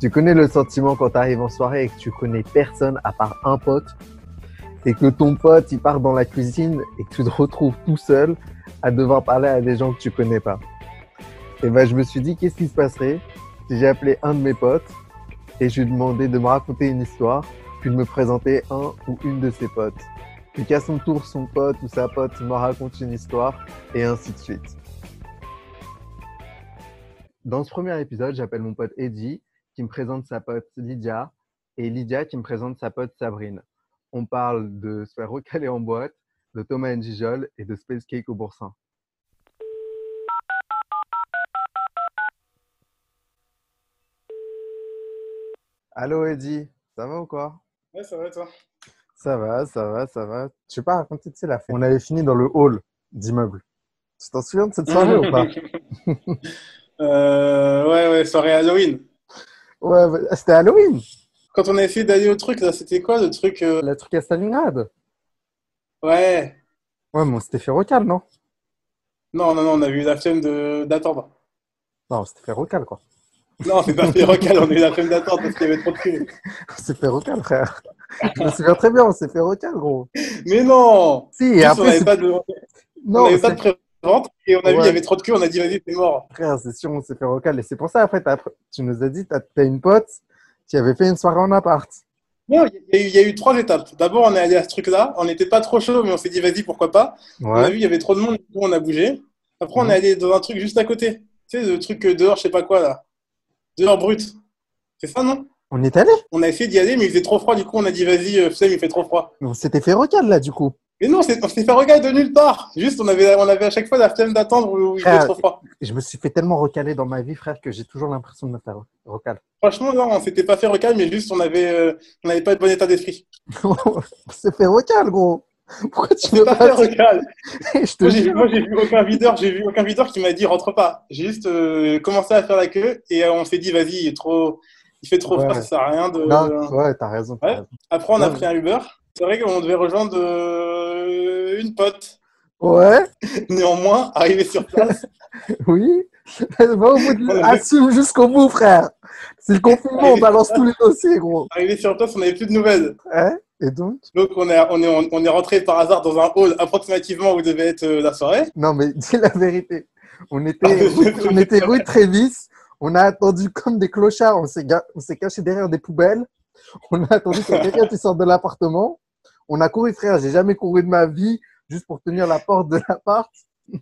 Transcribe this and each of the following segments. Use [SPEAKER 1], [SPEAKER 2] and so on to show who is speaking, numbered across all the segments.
[SPEAKER 1] Tu connais le sentiment quand tu arrives en soirée et que tu connais personne à part un pote et que ton pote il part dans la cuisine et que tu te retrouves tout seul à devoir parler à des gens que tu connais pas. Et ben je me suis dit qu'est-ce qui se passerait si j'ai appelé un de mes potes et je lui demandais de me raconter une histoire puis de me présenter un ou une de ses potes. Puis qu'à son tour son pote ou sa pote me raconte une histoire et ainsi de suite. Dans ce premier épisode, j'appelle mon pote Eddie qui me présente sa pote Lydia et Lydia qui me présente sa pote Sabrine. On parle de se faire recaler en boîte, de Thomas N. Gijol et de Space Cake au Boursin. Allô Eddie, ça va ou quoi
[SPEAKER 2] Ouais, ça va toi
[SPEAKER 1] Ça va, ça va, ça va. Tu sais pas raconter, tu sais, la fin. On avait fini dans le hall d'immeuble. Tu t'en souviens de cette soirée ou pas
[SPEAKER 2] Euh, Ouais, ouais, soirée Halloween.
[SPEAKER 1] Ouais, ouais, c'était Halloween,
[SPEAKER 2] Quand on avait fait d'aller au truc, là, c'était quoi le truc euh,
[SPEAKER 1] le truc à Stalingrad.
[SPEAKER 2] Ouais.
[SPEAKER 1] Ouais, mais on s'était fait recal, non
[SPEAKER 2] Non, non, non, on avait eu la flemme de- d'attendre.
[SPEAKER 1] Non, on s'était fait recal, quoi.
[SPEAKER 2] Non, c'est pas fait recal, on a eu la flemme d'attendre parce qu'il y avait trop de queue.
[SPEAKER 1] On s'est fait recal, frère. Je me souviens très bien, on s'est fait recal, gros.
[SPEAKER 2] Mais non
[SPEAKER 1] Si, et
[SPEAKER 2] En plus, on
[SPEAKER 1] après,
[SPEAKER 2] n'avait
[SPEAKER 1] c'est-
[SPEAKER 2] pas de, on
[SPEAKER 1] non,
[SPEAKER 2] avait
[SPEAKER 1] c'est-
[SPEAKER 2] pas de pré-vente et on a
[SPEAKER 1] Ouais.
[SPEAKER 2] vu qu'il y avait trop de queue, on a dit vas-y, t'es mort.
[SPEAKER 1] frère, c'est sûr, on s'est fait recal. Et c'est pour ça, après, t'as- tu nous as dit, t'as t'as une pote qui avait fait une soirée en appart.
[SPEAKER 2] Non, il y, a eu- il y a eu trois étapes. D'abord, on est allé à ce truc-là, on n'était pas trop chaud, mais on s'est dit vas-y, pourquoi pas. On a vu, il y avait trop de monde, du coup, on a bougé. Après, on
[SPEAKER 1] Mhm.
[SPEAKER 2] est allé dans un truc juste à côté. Tu sais, le truc euh, dehors, je sais pas quoi, là. Dehors brut. C'est ça, non
[SPEAKER 1] On est allé
[SPEAKER 2] On a essayé d'y aller, mais il faisait trop froid. Du coup, on a dit, vas-y, euh, Flemme, il fait trop froid.
[SPEAKER 1] On s'était fait recal, là, du coup.
[SPEAKER 2] Mais non, c'est- on s'est fait regarder de nulle part. Juste, on avait, on avait à chaque fois la flemme d'attendre où il fait
[SPEAKER 1] Ah,
[SPEAKER 2] trop froid.
[SPEAKER 1] Et je me suis fait tellement recaler dans ma vie, frère, que j'ai toujours l'impression de me faire recal.
[SPEAKER 2] Franchement, non, on s'était pas fait regarder, mais juste, on avait, euh, on n'avait pas le bon état d'esprit.
[SPEAKER 1] on s'est fait recal, gros. Pourquoi tu
[SPEAKER 2] On s'est
[SPEAKER 1] veux
[SPEAKER 2] pas fait
[SPEAKER 1] pas
[SPEAKER 2] regarder.
[SPEAKER 1] Je te
[SPEAKER 2] Moi, j'ai
[SPEAKER 1] jure.
[SPEAKER 2] moi, j'ai vu aucun videur, j'ai vu aucun videur qui m'a dit, rentre pas. J'ai juste euh, commencé à faire la queue et euh, on s'est dit, vas-y, il est trop, il fait trop
[SPEAKER 1] Ouais.
[SPEAKER 2] froid, ça sert à rien de. hein.
[SPEAKER 1] Non, ouais, t'as raison. t'as
[SPEAKER 2] euh, Ouais.
[SPEAKER 1] raison.
[SPEAKER 2] Après, on a
[SPEAKER 1] Ouais.
[SPEAKER 2] pris un Uber. C'est vrai qu'on devait rejoindre euh, une pote.
[SPEAKER 1] Ouais,
[SPEAKER 2] Néanmoins, arrivé sur place,
[SPEAKER 1] oui. Va au bout de-
[SPEAKER 2] Ouais.
[SPEAKER 1] Assume jusqu'au bout, frère. C'est le confinement, on balance tous les dossiers, gros.
[SPEAKER 2] arrivé sur place, on n'avait plus de nouvelles.
[SPEAKER 1] Hein Et donc
[SPEAKER 2] Donc, on est, on est, on est rentré par hasard dans un hall approximativement où devait être euh, la soirée.
[SPEAKER 1] Non, mais dis la vérité. On était, on était rue Trévis. On a attendu comme des clochards. On s'est ga- on s'est caché derrière des poubelles. On a attendu qu'il y ait quelqu'un qui sorte de l'appartement. On a couru, frère. J'ai jamais couru de ma vie juste pour tenir la porte de l'appart.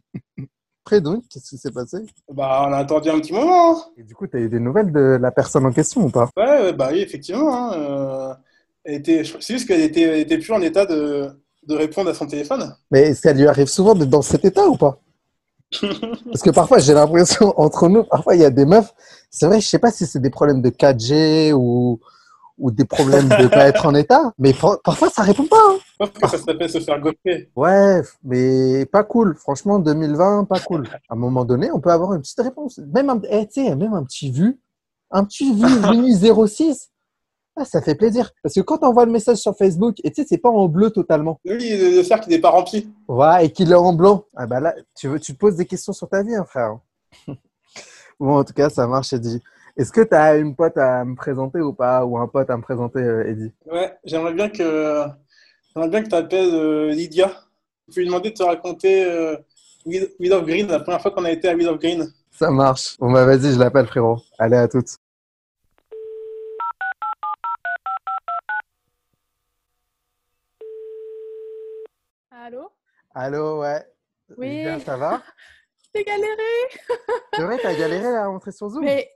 [SPEAKER 1] Après, donc, qu'est-ce qui s'est passé
[SPEAKER 2] Bah, on a attendu un petit moment. hein.
[SPEAKER 1] Et du coup, tu as eu des nouvelles de la personne en question ou pas
[SPEAKER 2] Ouais, ouais, bah oui, effectivement. hein, euh, elle était, je- c'est juste qu'elle était, elle était plus en état de, de répondre à son téléphone.
[SPEAKER 1] Mais est-ce qu'elle lui arrive souvent d'être dans cet état ou pas Parce que parfois, j'ai l'impression, entre nous, parfois, il y a des meufs. C'est vrai, je sais pas si c'est des problèmes de 4G ou, ou des problèmes de pas être en état, mais par- parfois, ça répond pas. hein.
[SPEAKER 2] Sauf que ça s'appelle se faire gaucher.
[SPEAKER 1] Ouais, mais pas cool. Franchement, 2020, pas cool. À un moment donné, on peut avoir une petite réponse. Même un, eh, tu sais, même un petit vu. Un petit vu, venu 06. Ah, ça fait plaisir. Parce que quand on voit le message sur Facebook, et tu sais, c'est pas en bleu totalement.
[SPEAKER 2] Oui, le, le cercle n'est pas rempli.
[SPEAKER 1] Ouais, et qu'il est en blanc. Ah bah là, tu, veux, tu te poses des questions sur ta vie, hein, frère. bon, en tout cas, ça marche, Eddie. Est-ce que tu as une pote à me présenter ou pas Ou un pote à me présenter, euh, Eddie
[SPEAKER 2] Ouais, j'aimerais bien que, j'aimerais bien que tu appelles Lydia. Je peux lui demander de te raconter euh, Wheel Wheel of Green, la première fois qu'on a été à Wheel of Green.
[SPEAKER 1] Ça marche. Bon, bah vas-y, je l'appelle, frérot. Allez, à toutes.
[SPEAKER 3] Allô
[SPEAKER 1] Allô, ouais.
[SPEAKER 3] Oui.
[SPEAKER 1] Lydia, ça va
[SPEAKER 3] J'ai galéré
[SPEAKER 1] C'est vrai, t'as galéré à rentrer sur Zoom
[SPEAKER 3] mais,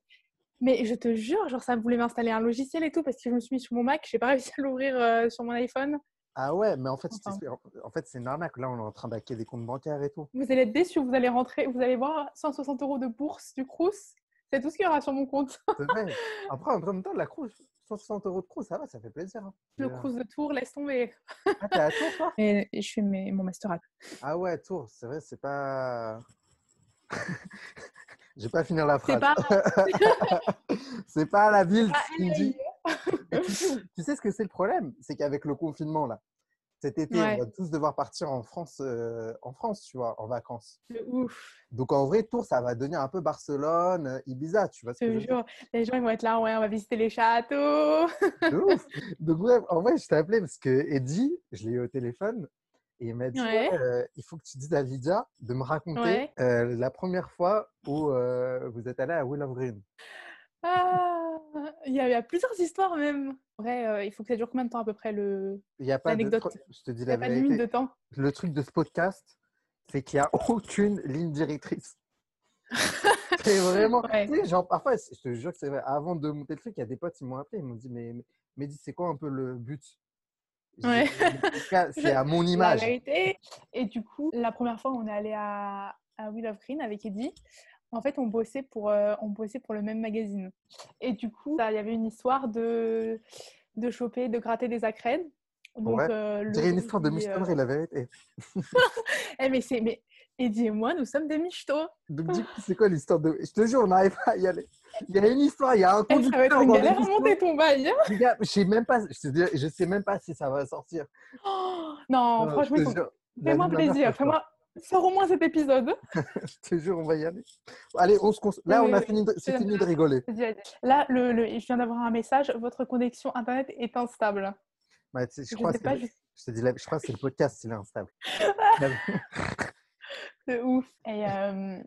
[SPEAKER 3] mais je te jure, genre ça voulait m'installer un logiciel et tout parce que je me suis mis sur mon Mac, j'ai pas réussi à l'ouvrir euh, sur mon iPhone.
[SPEAKER 1] Ah ouais, mais en fait, je
[SPEAKER 3] Enfin.
[SPEAKER 1] t'explique. en fait c'est une arnaque. Là, on est en train d'hacker des comptes bancaires et tout.
[SPEAKER 3] Vous allez être déçus, vous allez rentrer, vous allez voir 160 euros de bourse du Crous. C'est tout ce qu'il y aura sur mon compte.
[SPEAKER 1] C'est vrai. Après, en même temps, la croûte, 160 euros de croûte, ça va, ça fait plaisir. hein.
[SPEAKER 3] Le
[SPEAKER 1] Euh,
[SPEAKER 3] Crous de Tours, laisse tomber.
[SPEAKER 1] Ah, t'es à Tours, toi
[SPEAKER 3] Et, et je fais mes- mon master à
[SPEAKER 1] Ah ouais, Tours, c'est vrai, c'est pas. Je vais pas finir la phrase.
[SPEAKER 3] C'est pas.
[SPEAKER 1] C'est pas la ville.
[SPEAKER 3] Ah,
[SPEAKER 1] tu me dis.
[SPEAKER 3] LAI.
[SPEAKER 1] Tu sais ce que c'est le problème C'est qu'avec le confinement, là, Cet été,
[SPEAKER 3] Ouais.
[SPEAKER 1] on va tous devoir partir en France, euh, en France, tu vois, en vacances.
[SPEAKER 3] De ouf,
[SPEAKER 1] Donc en vrai, Tours, ça va devenir un peu Barcelone, euh, Ibiza, tu vois ce
[SPEAKER 3] je
[SPEAKER 1] que je
[SPEAKER 3] te
[SPEAKER 1] veux dire
[SPEAKER 3] jure. Les gens, ils vont être là, ouais, on va visiter les châteaux.
[SPEAKER 1] De ouf. Donc bref, en vrai, je t'ai appelé parce que Eddie, je l'ai eu au téléphone et il m'a dit
[SPEAKER 3] Ouais.
[SPEAKER 1] ouais, euh, il faut que tu dises à Lydia de me raconter
[SPEAKER 3] Ouais.
[SPEAKER 1] euh, la première fois où euh, vous êtes allé à Will of Green.
[SPEAKER 3] Ah, il y, a, il y a plusieurs histoires même. Ouais, euh, il faut que ça dure combien de temps à peu près le.
[SPEAKER 1] Il n'y a pas de
[SPEAKER 3] L'anecdote.
[SPEAKER 1] tru- je te dis
[SPEAKER 3] Il n'y
[SPEAKER 1] la
[SPEAKER 3] a pas de limite
[SPEAKER 1] vérité.
[SPEAKER 3] de temps.
[SPEAKER 1] Le truc de ce podcast, c'est qu'il n'y a aucune ligne directrice. c'est vraiment.
[SPEAKER 3] Ouais.
[SPEAKER 1] Tu sais, genre, parfois, je te jure que c'est vrai. Avant de monter le truc, il y a des potes, ils m'ont appelé, ils m'ont dit mais, mais dis, c'est quoi un peu le but J'ai
[SPEAKER 3] Ouais.
[SPEAKER 1] dit, Le podcast, C'est à mon
[SPEAKER 3] La
[SPEAKER 1] image.
[SPEAKER 3] vérité. Et du coup, la première fois, on est allé à, à Will of Green avec Eddie. En fait, on bossait pour, euh, on bossait pour le même magazine. Et du coup, ça, il y avait une histoire de, de choper, de gratter des acrènes. Donc,
[SPEAKER 1] Ouais.
[SPEAKER 3] euh, le-
[SPEAKER 1] On dirait une histoire de
[SPEAKER 3] il dit, euh,
[SPEAKER 1] michetonnerie, la vérité.
[SPEAKER 3] Eh, mais c'est, mais Eddie et moi, nous sommes des michetots.
[SPEAKER 1] Donc, dis, c'est quoi l'histoire de. Je te jure, on n'arrive pas à y aller. Il y a une histoire, il y a un
[SPEAKER 3] Eh, ça va être
[SPEAKER 1] conducteur
[SPEAKER 3] une
[SPEAKER 1] dans
[SPEAKER 3] galère à
[SPEAKER 1] l'émission.
[SPEAKER 3] monter ton bail. hein.
[SPEAKER 1] Les gars, Je sais même pas, je, te dis- je sais même pas si ça va sortir.
[SPEAKER 3] Oh, non,
[SPEAKER 1] Non,
[SPEAKER 3] franchement,
[SPEAKER 1] je
[SPEAKER 3] ils
[SPEAKER 1] te
[SPEAKER 3] sont-
[SPEAKER 1] jure, la
[SPEAKER 3] fais-moi
[SPEAKER 1] vie de ma mère,
[SPEAKER 3] plaisir.
[SPEAKER 1] franchement,
[SPEAKER 3] Fais-moi, sors au moins cet épisode.
[SPEAKER 1] Je te jure, on va y aller. Allez, on se cons- Là,
[SPEAKER 3] Oui,
[SPEAKER 1] on a
[SPEAKER 3] oui,
[SPEAKER 1] fini de, c'est
[SPEAKER 3] C'est
[SPEAKER 1] fini de
[SPEAKER 3] d'accord.
[SPEAKER 1] rigoler.
[SPEAKER 3] Vas-y, vas-y. Là, le, le- je viens d'avoir un message. Votre connexion internet est instable.
[SPEAKER 1] Bah, tu sais, je,
[SPEAKER 3] Je
[SPEAKER 1] crois
[SPEAKER 3] sais
[SPEAKER 1] que
[SPEAKER 3] pas
[SPEAKER 1] c'est- je te dis, la- je crois que c'est le podcast, il est instable.
[SPEAKER 3] de ouf. Et, euh,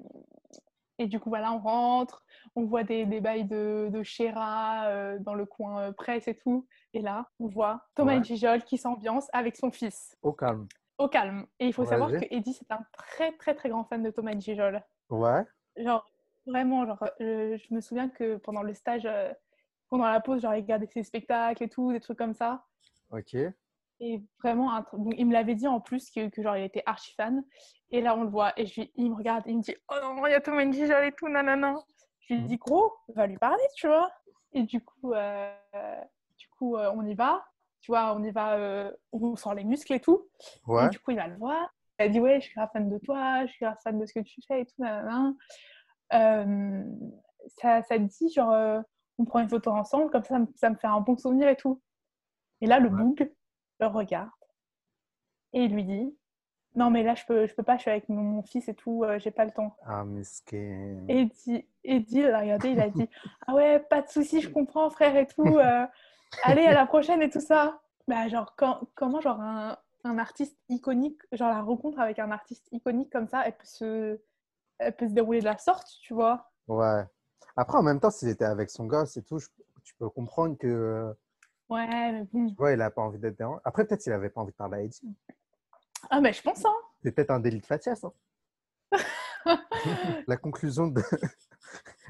[SPEAKER 3] et du coup, voilà, on rentre, on voit des, des bails de, de Chéra euh, dans le coin euh, presse et tout. Et là, on voit Thomas
[SPEAKER 1] Ouais.
[SPEAKER 3] et Gijol qui s'ambiance avec son fils,
[SPEAKER 1] Au calme.
[SPEAKER 3] au calme. Et il faut savoir
[SPEAKER 1] Vas-y.
[SPEAKER 3] que Eddie, c'est un très, très, très grand fan de Thomas et Gijol.
[SPEAKER 1] Ouais.
[SPEAKER 3] Genre, vraiment, genre, euh, je, me souviens que pendant le stage, euh, pendant la pause, genre, il regardait ses spectacles et tout, des trucs comme ça.
[SPEAKER 1] Ok.
[SPEAKER 3] Et vraiment, un tr- donc, il me l'avait dit en plus que, que genre il était archi fan. Et là, on le voit. Et je lui- il me regarde, il me dit Oh non, il y a Thomas Nigel et tout, nanana. Je lui
[SPEAKER 1] Mhm.
[SPEAKER 3] dis Gros, va lui parler, tu vois. Et du coup, euh, du coup euh, on y va. Tu vois, on y va, euh, on sort les muscles et tout.
[SPEAKER 1] Ouais.
[SPEAKER 3] Et du coup, il va le voir. Il a dit Ouais, je suis grave fan de toi, je suis grave fan de ce que tu fais et tout, nanana. Euh, ça, ça te dit, genre, euh, on prend une photo ensemble, comme ça, ça me- ça me fait un bon souvenir et tout. Et là, le
[SPEAKER 1] Ouais.
[SPEAKER 3] bug le regarde et il lui dit Non, mais là, je peux, je peux pas, je suis avec mon, mon fils et tout, euh, j'ai pas le temps.
[SPEAKER 1] Ah, miskin.
[SPEAKER 3] Et Eddie, Eddie, il a regardé, il a dit Ah ouais, pas de souci, je comprends, frère et tout, euh, allez, à la prochaine et tout ça. Bah, genre, quand- comment, genre, un, un artiste iconique, genre, la rencontre avec un artiste iconique comme ça, elle peut se, elle peut se dérouler de la sorte, tu vois
[SPEAKER 1] Ouais. Après, en même temps, s'il était avec son gosse et tout, je- tu peux comprendre que. euh,
[SPEAKER 3] Ouais, mais bon.
[SPEAKER 1] Tu vois, il n'a pas envie d'être dérangé. Après, peut-être qu'il n'avait pas envie de parler à Eddie.
[SPEAKER 3] Ah, mais je pense, hein
[SPEAKER 1] C'est peut-être un délit de faciès. hein. la conclusion de,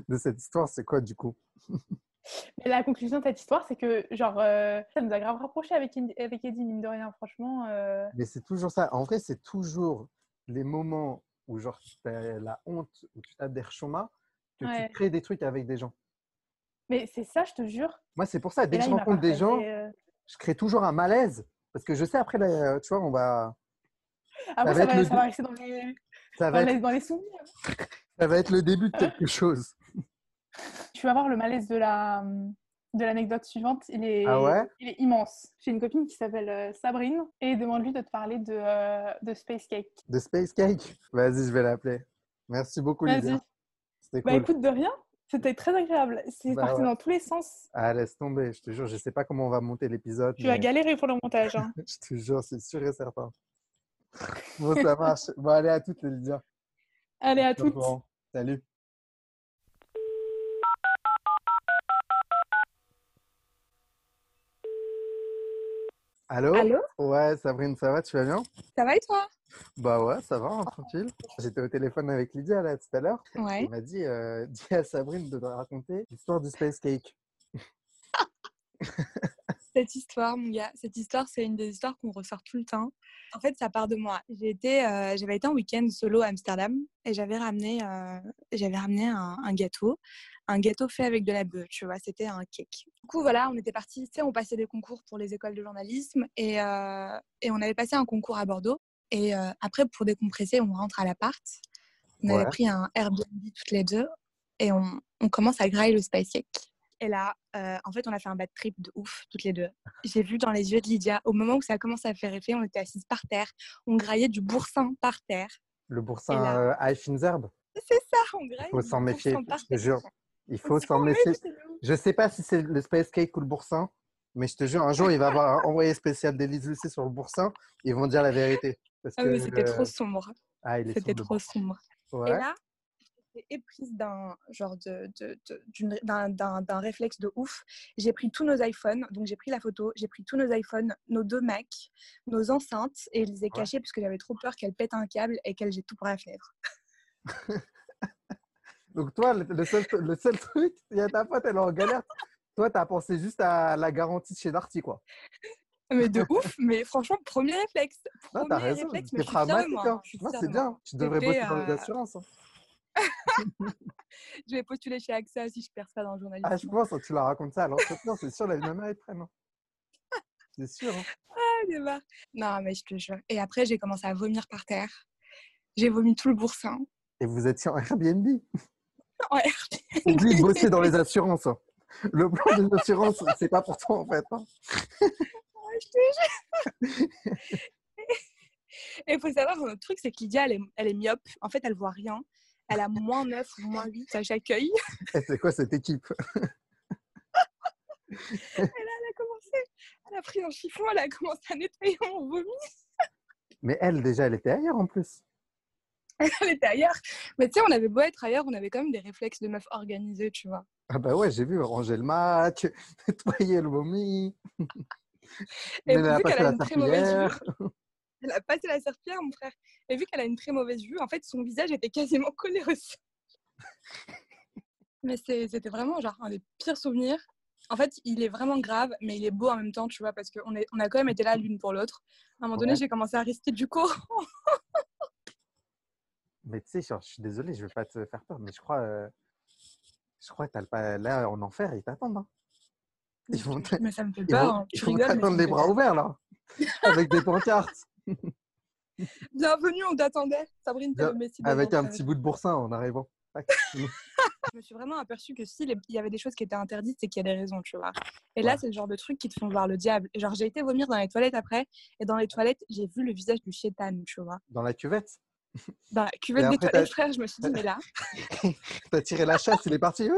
[SPEAKER 1] de cette histoire, c'est quoi du coup
[SPEAKER 3] Mais la conclusion de cette histoire, c'est que, genre, euh, ça nous a grave rapprochés avec, Ind- avec Eddie, mine de rien, franchement. euh,
[SPEAKER 1] Mais c'est toujours ça. En vrai, c'est toujours les moments où genre t'as la honte, où tu tapes des rechomas, que
[SPEAKER 3] Ouais.
[SPEAKER 1] tu crées des trucs avec des gens.
[SPEAKER 3] Mais c'est ça, je te jure.
[SPEAKER 1] Moi, c'est pour ça. Dès
[SPEAKER 3] Et
[SPEAKER 1] que
[SPEAKER 3] là,
[SPEAKER 1] je
[SPEAKER 3] il m'a
[SPEAKER 1] rencontre des gens,
[SPEAKER 3] partagé, euh,
[SPEAKER 1] je crée toujours un malaise. Parce que je sais, après, là, tu vois, on va...
[SPEAKER 3] Ah
[SPEAKER 1] va
[SPEAKER 3] oui, ça,
[SPEAKER 1] être
[SPEAKER 3] va,
[SPEAKER 1] le-
[SPEAKER 3] ça va rester dans les,
[SPEAKER 1] Ça,
[SPEAKER 3] dans
[SPEAKER 1] va être...
[SPEAKER 3] les, dans les souvenirs.
[SPEAKER 1] ça va être le début de quelque chose.
[SPEAKER 3] Tu vas voir le malaise de la hum, de l'anecdote suivante, il est,
[SPEAKER 1] Ah ouais
[SPEAKER 3] il est immense. J'ai une copine qui s'appelle euh, Sabrine et demande-lui de te parler de, euh, de Space Cake.
[SPEAKER 1] De Space Cake. Vas-y, je vais l'appeler. Merci beaucoup,
[SPEAKER 3] Vas-y.
[SPEAKER 1] Lydia. C'était
[SPEAKER 3] Bah
[SPEAKER 1] cool.
[SPEAKER 3] écoute, de rien, c'était très agréable. C'est
[SPEAKER 1] Bah
[SPEAKER 3] parti
[SPEAKER 1] ouais.
[SPEAKER 3] dans tous les sens.
[SPEAKER 1] Ah, laisse tomber. Je te jure, je sais pas comment on va monter l'épisode.
[SPEAKER 3] Tu vas
[SPEAKER 1] mais-
[SPEAKER 3] galérer pour le montage. hein.
[SPEAKER 1] Je te jure, c'est sûr et certain. Bon, ça marche. Bon, allez, à toutes, les Lydia.
[SPEAKER 3] Allez, à
[SPEAKER 1] Au
[SPEAKER 3] toutes.
[SPEAKER 1] courant. Salut. Allô?
[SPEAKER 4] Allô
[SPEAKER 1] Ouais, Sabrine, ça va? Tu vas bien?
[SPEAKER 4] Ça va et toi
[SPEAKER 1] Bah ouais, ça va, hein, tranquille. J'étais au téléphone avec Lydia, là, tout à l'heure.
[SPEAKER 4] Ouais.
[SPEAKER 1] Il m'a dit, euh, dis à Sabrine de te raconter l'histoire du Space Cake.
[SPEAKER 4] Cette histoire, mon gars, cette histoire, c'est une des histoires qu'on ressort tout le temps. En fait, ça part de moi. J'ai été, euh, j'avais été en week-end solo à Amsterdam et j'avais ramené, euh, j'avais ramené un, un gâteau, un gâteau fait avec de la bœuf, tu vois, c'était un cake. Du coup, voilà, on était partis, tu sais, on passait des concours pour les écoles de journalisme et, euh, et on avait passé un concours à Bordeaux. Et euh, après, pour décompresser, on rentre à l'appart. On
[SPEAKER 1] Ouais.
[SPEAKER 4] avait pris un Airbnb toutes les deux et on, on commence à grailler le space cake. Et là, euh, en fait, on a fait un bad trip de ouf, toutes les deux. J'ai vu dans les yeux de Lydia, au moment où ça a commencé à faire effet, on était assises par terre, on graillait du boursin par terre.
[SPEAKER 1] Le
[SPEAKER 4] Et
[SPEAKER 1] boursin
[SPEAKER 4] là-
[SPEAKER 1] euh, à Finzerbe,
[SPEAKER 4] C'est ça, on graille.
[SPEAKER 1] il faut
[SPEAKER 4] du
[SPEAKER 1] s'en
[SPEAKER 4] boursin
[SPEAKER 1] méfier,
[SPEAKER 4] par
[SPEAKER 1] je te
[SPEAKER 4] terre.
[SPEAKER 1] jure. Il faut
[SPEAKER 4] C'est
[SPEAKER 1] s'en
[SPEAKER 4] horrible,
[SPEAKER 1] méfier.
[SPEAKER 4] c'est le-
[SPEAKER 1] Je sais pas si c'est le space cake ou le boursin, mais je te jure, un jour, il va y avoir un envoyé spécial d'Élise Lucet sur le boursin. Ils vont dire la vérité. Parce
[SPEAKER 4] Ah, mais
[SPEAKER 1] que,
[SPEAKER 4] c'était
[SPEAKER 1] euh,
[SPEAKER 4] trop sombre.
[SPEAKER 1] Ah, il est
[SPEAKER 4] C'était
[SPEAKER 1] sombre.
[SPEAKER 4] trop sombre. Et
[SPEAKER 1] Ouais.
[SPEAKER 4] là, j'étais éprise d'un genre de, de- de- d'une- d'un, d'un- d'un réflexe de ouf. J'ai pris tous nos iPhones, donc j'ai pris la photo, j'ai pris tous nos iPhones, nos deux Macs, nos enceintes, et je les ai cachées parce que j'avais trop peur qu'elle pète un câble et qu'elle jette tout par la fenêtre.
[SPEAKER 1] Donc, toi, le le seul, le seul truc, il y a ta pote, elle est en galère. Toi, tu as pensé juste à la garantie de chez Darty, quoi.
[SPEAKER 4] Ah, Mais de ouf, mais franchement, premier réflexe.
[SPEAKER 1] Non,
[SPEAKER 4] Premier
[SPEAKER 1] t'as raison.
[SPEAKER 4] réflexe,
[SPEAKER 1] t'es
[SPEAKER 4] mais je suis fière de
[SPEAKER 1] pragmatique,
[SPEAKER 4] moi,
[SPEAKER 1] hein.
[SPEAKER 4] je suis
[SPEAKER 1] Non,
[SPEAKER 4] fière
[SPEAKER 1] c'est
[SPEAKER 4] de moi.
[SPEAKER 1] bien. Tu devrais
[SPEAKER 4] C'était,
[SPEAKER 1] bosser dans les
[SPEAKER 4] euh,
[SPEAKER 1] assurances. hein.
[SPEAKER 4] Je vais postuler chez AXA si je perds pas dans le journalisme.
[SPEAKER 1] Ah, je pense, que tu leur racontes ça à l'entretien, c'est sûr, la vie de ma mère, ils prennent. hein. C'est sûr. hein.
[SPEAKER 4] Ah, j'ai marre. Non, mais je te jure. Et après, j'ai commencé à vomir par terre. J'ai vomi tout le boursin.
[SPEAKER 1] Et vous étiez en Airbnb.
[SPEAKER 4] En
[SPEAKER 1] Oublie de bosser dans les assurances. hein. Le plan des assurances, c'est pas pour toi, en fait. hein.
[SPEAKER 4] je te jure. Et il faut savoir, un autre truc, c'est que Lydia, elle est, elle est myope. En fait, elle voit rien. Elle a moins 9 ou moins 8 à chaque œil.
[SPEAKER 1] Et c'est quoi cette équipe
[SPEAKER 4] Elle a commencé, elle a pris un chiffon, elle a commencé à nettoyer mon vomi.
[SPEAKER 1] Mais elle, déjà, elle était ailleurs en plus.
[SPEAKER 4] Elle était ailleurs. Mais tu sais, on avait beau être ailleurs, on avait quand même des réflexes de meuf organisée, tu vois.
[SPEAKER 1] Ah bah ouais, j'ai vu ranger le Mac, nettoyer le vomi.
[SPEAKER 4] Et
[SPEAKER 1] Mais elle a
[SPEAKER 4] vu
[SPEAKER 1] passé
[SPEAKER 4] qu'elle
[SPEAKER 1] la
[SPEAKER 4] a une très mauvaise
[SPEAKER 1] serpillière.
[SPEAKER 4] vue, elle a passé la serpillière, mon frère. Et vu qu'elle a une très mauvaise vue, en fait, son visage était quasiment collé au sol. Mais c'est- c'était vraiment genre un des pires souvenirs. En fait, il est vraiment grave, mais il est beau en même temps, tu vois, parce qu'on est- on a quand même été là l'une pour l'autre. À un moment donné,
[SPEAKER 1] Ouais.
[SPEAKER 4] j'ai commencé à rester du cours.
[SPEAKER 1] Mais tu sais, genre, je suis désolé, je vais pas te faire peur, mais je crois, euh, je crois que t'as le pas là en enfer, ils t'attendent. hein. Ils vont, t-
[SPEAKER 4] Mais ça me fait
[SPEAKER 1] ils
[SPEAKER 4] peur.
[SPEAKER 1] vont,
[SPEAKER 4] hein.
[SPEAKER 1] ils
[SPEAKER 4] Tu
[SPEAKER 1] vont
[SPEAKER 4] rigoles, mais ça
[SPEAKER 1] t'attendre
[SPEAKER 4] me
[SPEAKER 1] les
[SPEAKER 4] fait
[SPEAKER 1] bras
[SPEAKER 4] peur.
[SPEAKER 1] ouverts là, avec des pancartes.
[SPEAKER 4] Bienvenue, on t'attendait. Sabrine, t'es
[SPEAKER 1] Bien-
[SPEAKER 4] le messie de
[SPEAKER 1] Avec un
[SPEAKER 4] l'enfer.
[SPEAKER 1] petit bout de boursin en arrivant. Tac.
[SPEAKER 4] je me suis vraiment aperçue que s'il y avait des choses qui étaient interdites, c'est qu'il y a des raisons, tu vois. Et là,
[SPEAKER 1] Ouais.
[SPEAKER 4] c'est le genre de truc qui te font voir le diable. Et Genre, j'ai été vomir dans les toilettes après, et dans les toilettes, j'ai vu le visage du chétan, tu vois.
[SPEAKER 1] Dans la cuvette.
[SPEAKER 4] Dans la cuvette
[SPEAKER 1] Et
[SPEAKER 4] des
[SPEAKER 1] après,
[SPEAKER 4] toilettes, frère, je me suis dit, mais là,
[SPEAKER 1] T'as tiré la chasse, il est parti. Ouh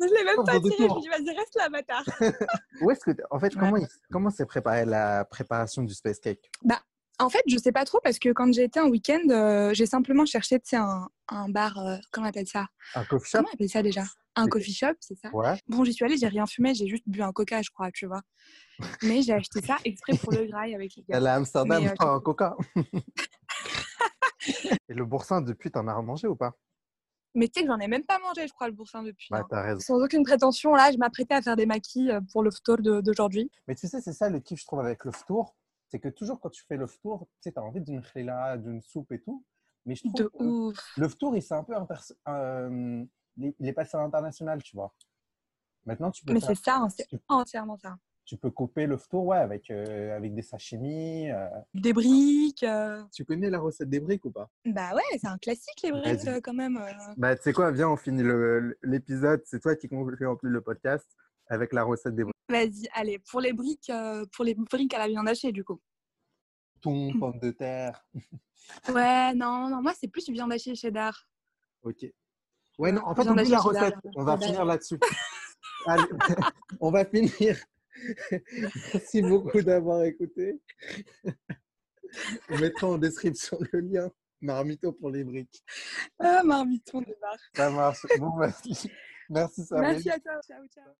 [SPEAKER 4] je l'ai même
[SPEAKER 1] Pauvre
[SPEAKER 4] pas
[SPEAKER 1] de
[SPEAKER 4] tiré, je
[SPEAKER 1] toi.
[SPEAKER 4] me dis, vas-y, reste là, bâtard.
[SPEAKER 1] Où est-ce que t'es- en fait
[SPEAKER 4] Ouais.
[SPEAKER 1] comment il- comment s'est préparée la préparation du space cake
[SPEAKER 4] En fait, je sais pas trop, parce que quand j'ai été un week-end, euh, j'ai simplement cherché, tu sais, un, un bar, euh, comment on appelle ça
[SPEAKER 1] Un coffee shop
[SPEAKER 4] Comment on appelle ça déjà Un
[SPEAKER 1] C'est-
[SPEAKER 4] coffee shop, c'est ça
[SPEAKER 1] Ouais.
[SPEAKER 4] Bon, j'y suis allée, j'ai rien fumé, j'ai juste bu un coca, je crois, tu vois. Mais j'ai acheté ça exprès pour le grail avec les gars.
[SPEAKER 1] Elle est à Amsterdam,
[SPEAKER 4] Mais, euh,
[SPEAKER 1] pas un coca. Et le boursin depuis, t'en as remangé ou pas
[SPEAKER 4] Mais tu sais que j'en ai même pas mangé, je crois, le boursin depuis.
[SPEAKER 1] Bah
[SPEAKER 4] hein.
[SPEAKER 1] t'as raison.
[SPEAKER 4] Sans aucune prétention, là, je m'apprêtais à faire des maquis euh, pour le photo de- d'aujourd'hui.
[SPEAKER 1] Mais tu sais, c'est ça le kiff, je trouve, avec le tour. C'est que toujours quand tu fais le tour, tu sais, t'as envie d'une khlila, d'une soupe et tout. Mais je trouve
[SPEAKER 4] De
[SPEAKER 1] que
[SPEAKER 4] ouf.
[SPEAKER 1] le tour, il s'est un peu interse- euh, il il est passé à l'international, tu vois. Maintenant, tu peux
[SPEAKER 4] Mais
[SPEAKER 1] faire-
[SPEAKER 4] c'est ça, hein, c'est
[SPEAKER 1] tu,
[SPEAKER 4] entièrement ça.
[SPEAKER 1] tu peux couper le tour, ouais, avec euh, avec des sashimi. euh.
[SPEAKER 4] Des briques. euh,
[SPEAKER 1] Tu connais la recette des briques ou pas
[SPEAKER 4] Bah ouais, c'est un classique, les briques,
[SPEAKER 1] Vas-y.
[SPEAKER 4] euh, quand même. euh.
[SPEAKER 1] Bah, tu sais quoi, viens, on finit le- l'épisode. C'est toi qui conclut en plus le podcast avec la recette des
[SPEAKER 4] Vas-y, allez, pour les briques, euh, pour les briques à la viande hachée, du coup.
[SPEAKER 1] bretons, pommes de terre.
[SPEAKER 4] Ouais, non, non, moi, c'est plus viande hachée cheddar.
[SPEAKER 1] Ok. Ouais, non, en fait, on
[SPEAKER 4] Viande
[SPEAKER 1] oublie la
[SPEAKER 4] hachée, c'est
[SPEAKER 1] recette.
[SPEAKER 4] là, là.
[SPEAKER 1] On va
[SPEAKER 4] Ah, bah.
[SPEAKER 1] finir là-dessus. Allez, on va finir. Merci beaucoup d'avoir écouté. On mettra en description le lien. Marmito pour les briques.
[SPEAKER 4] Ah, marmiton de bar.
[SPEAKER 1] Ça marche. Bon, merci. Merci, Sabrine.
[SPEAKER 4] Merci à toi. Ciao, ciao.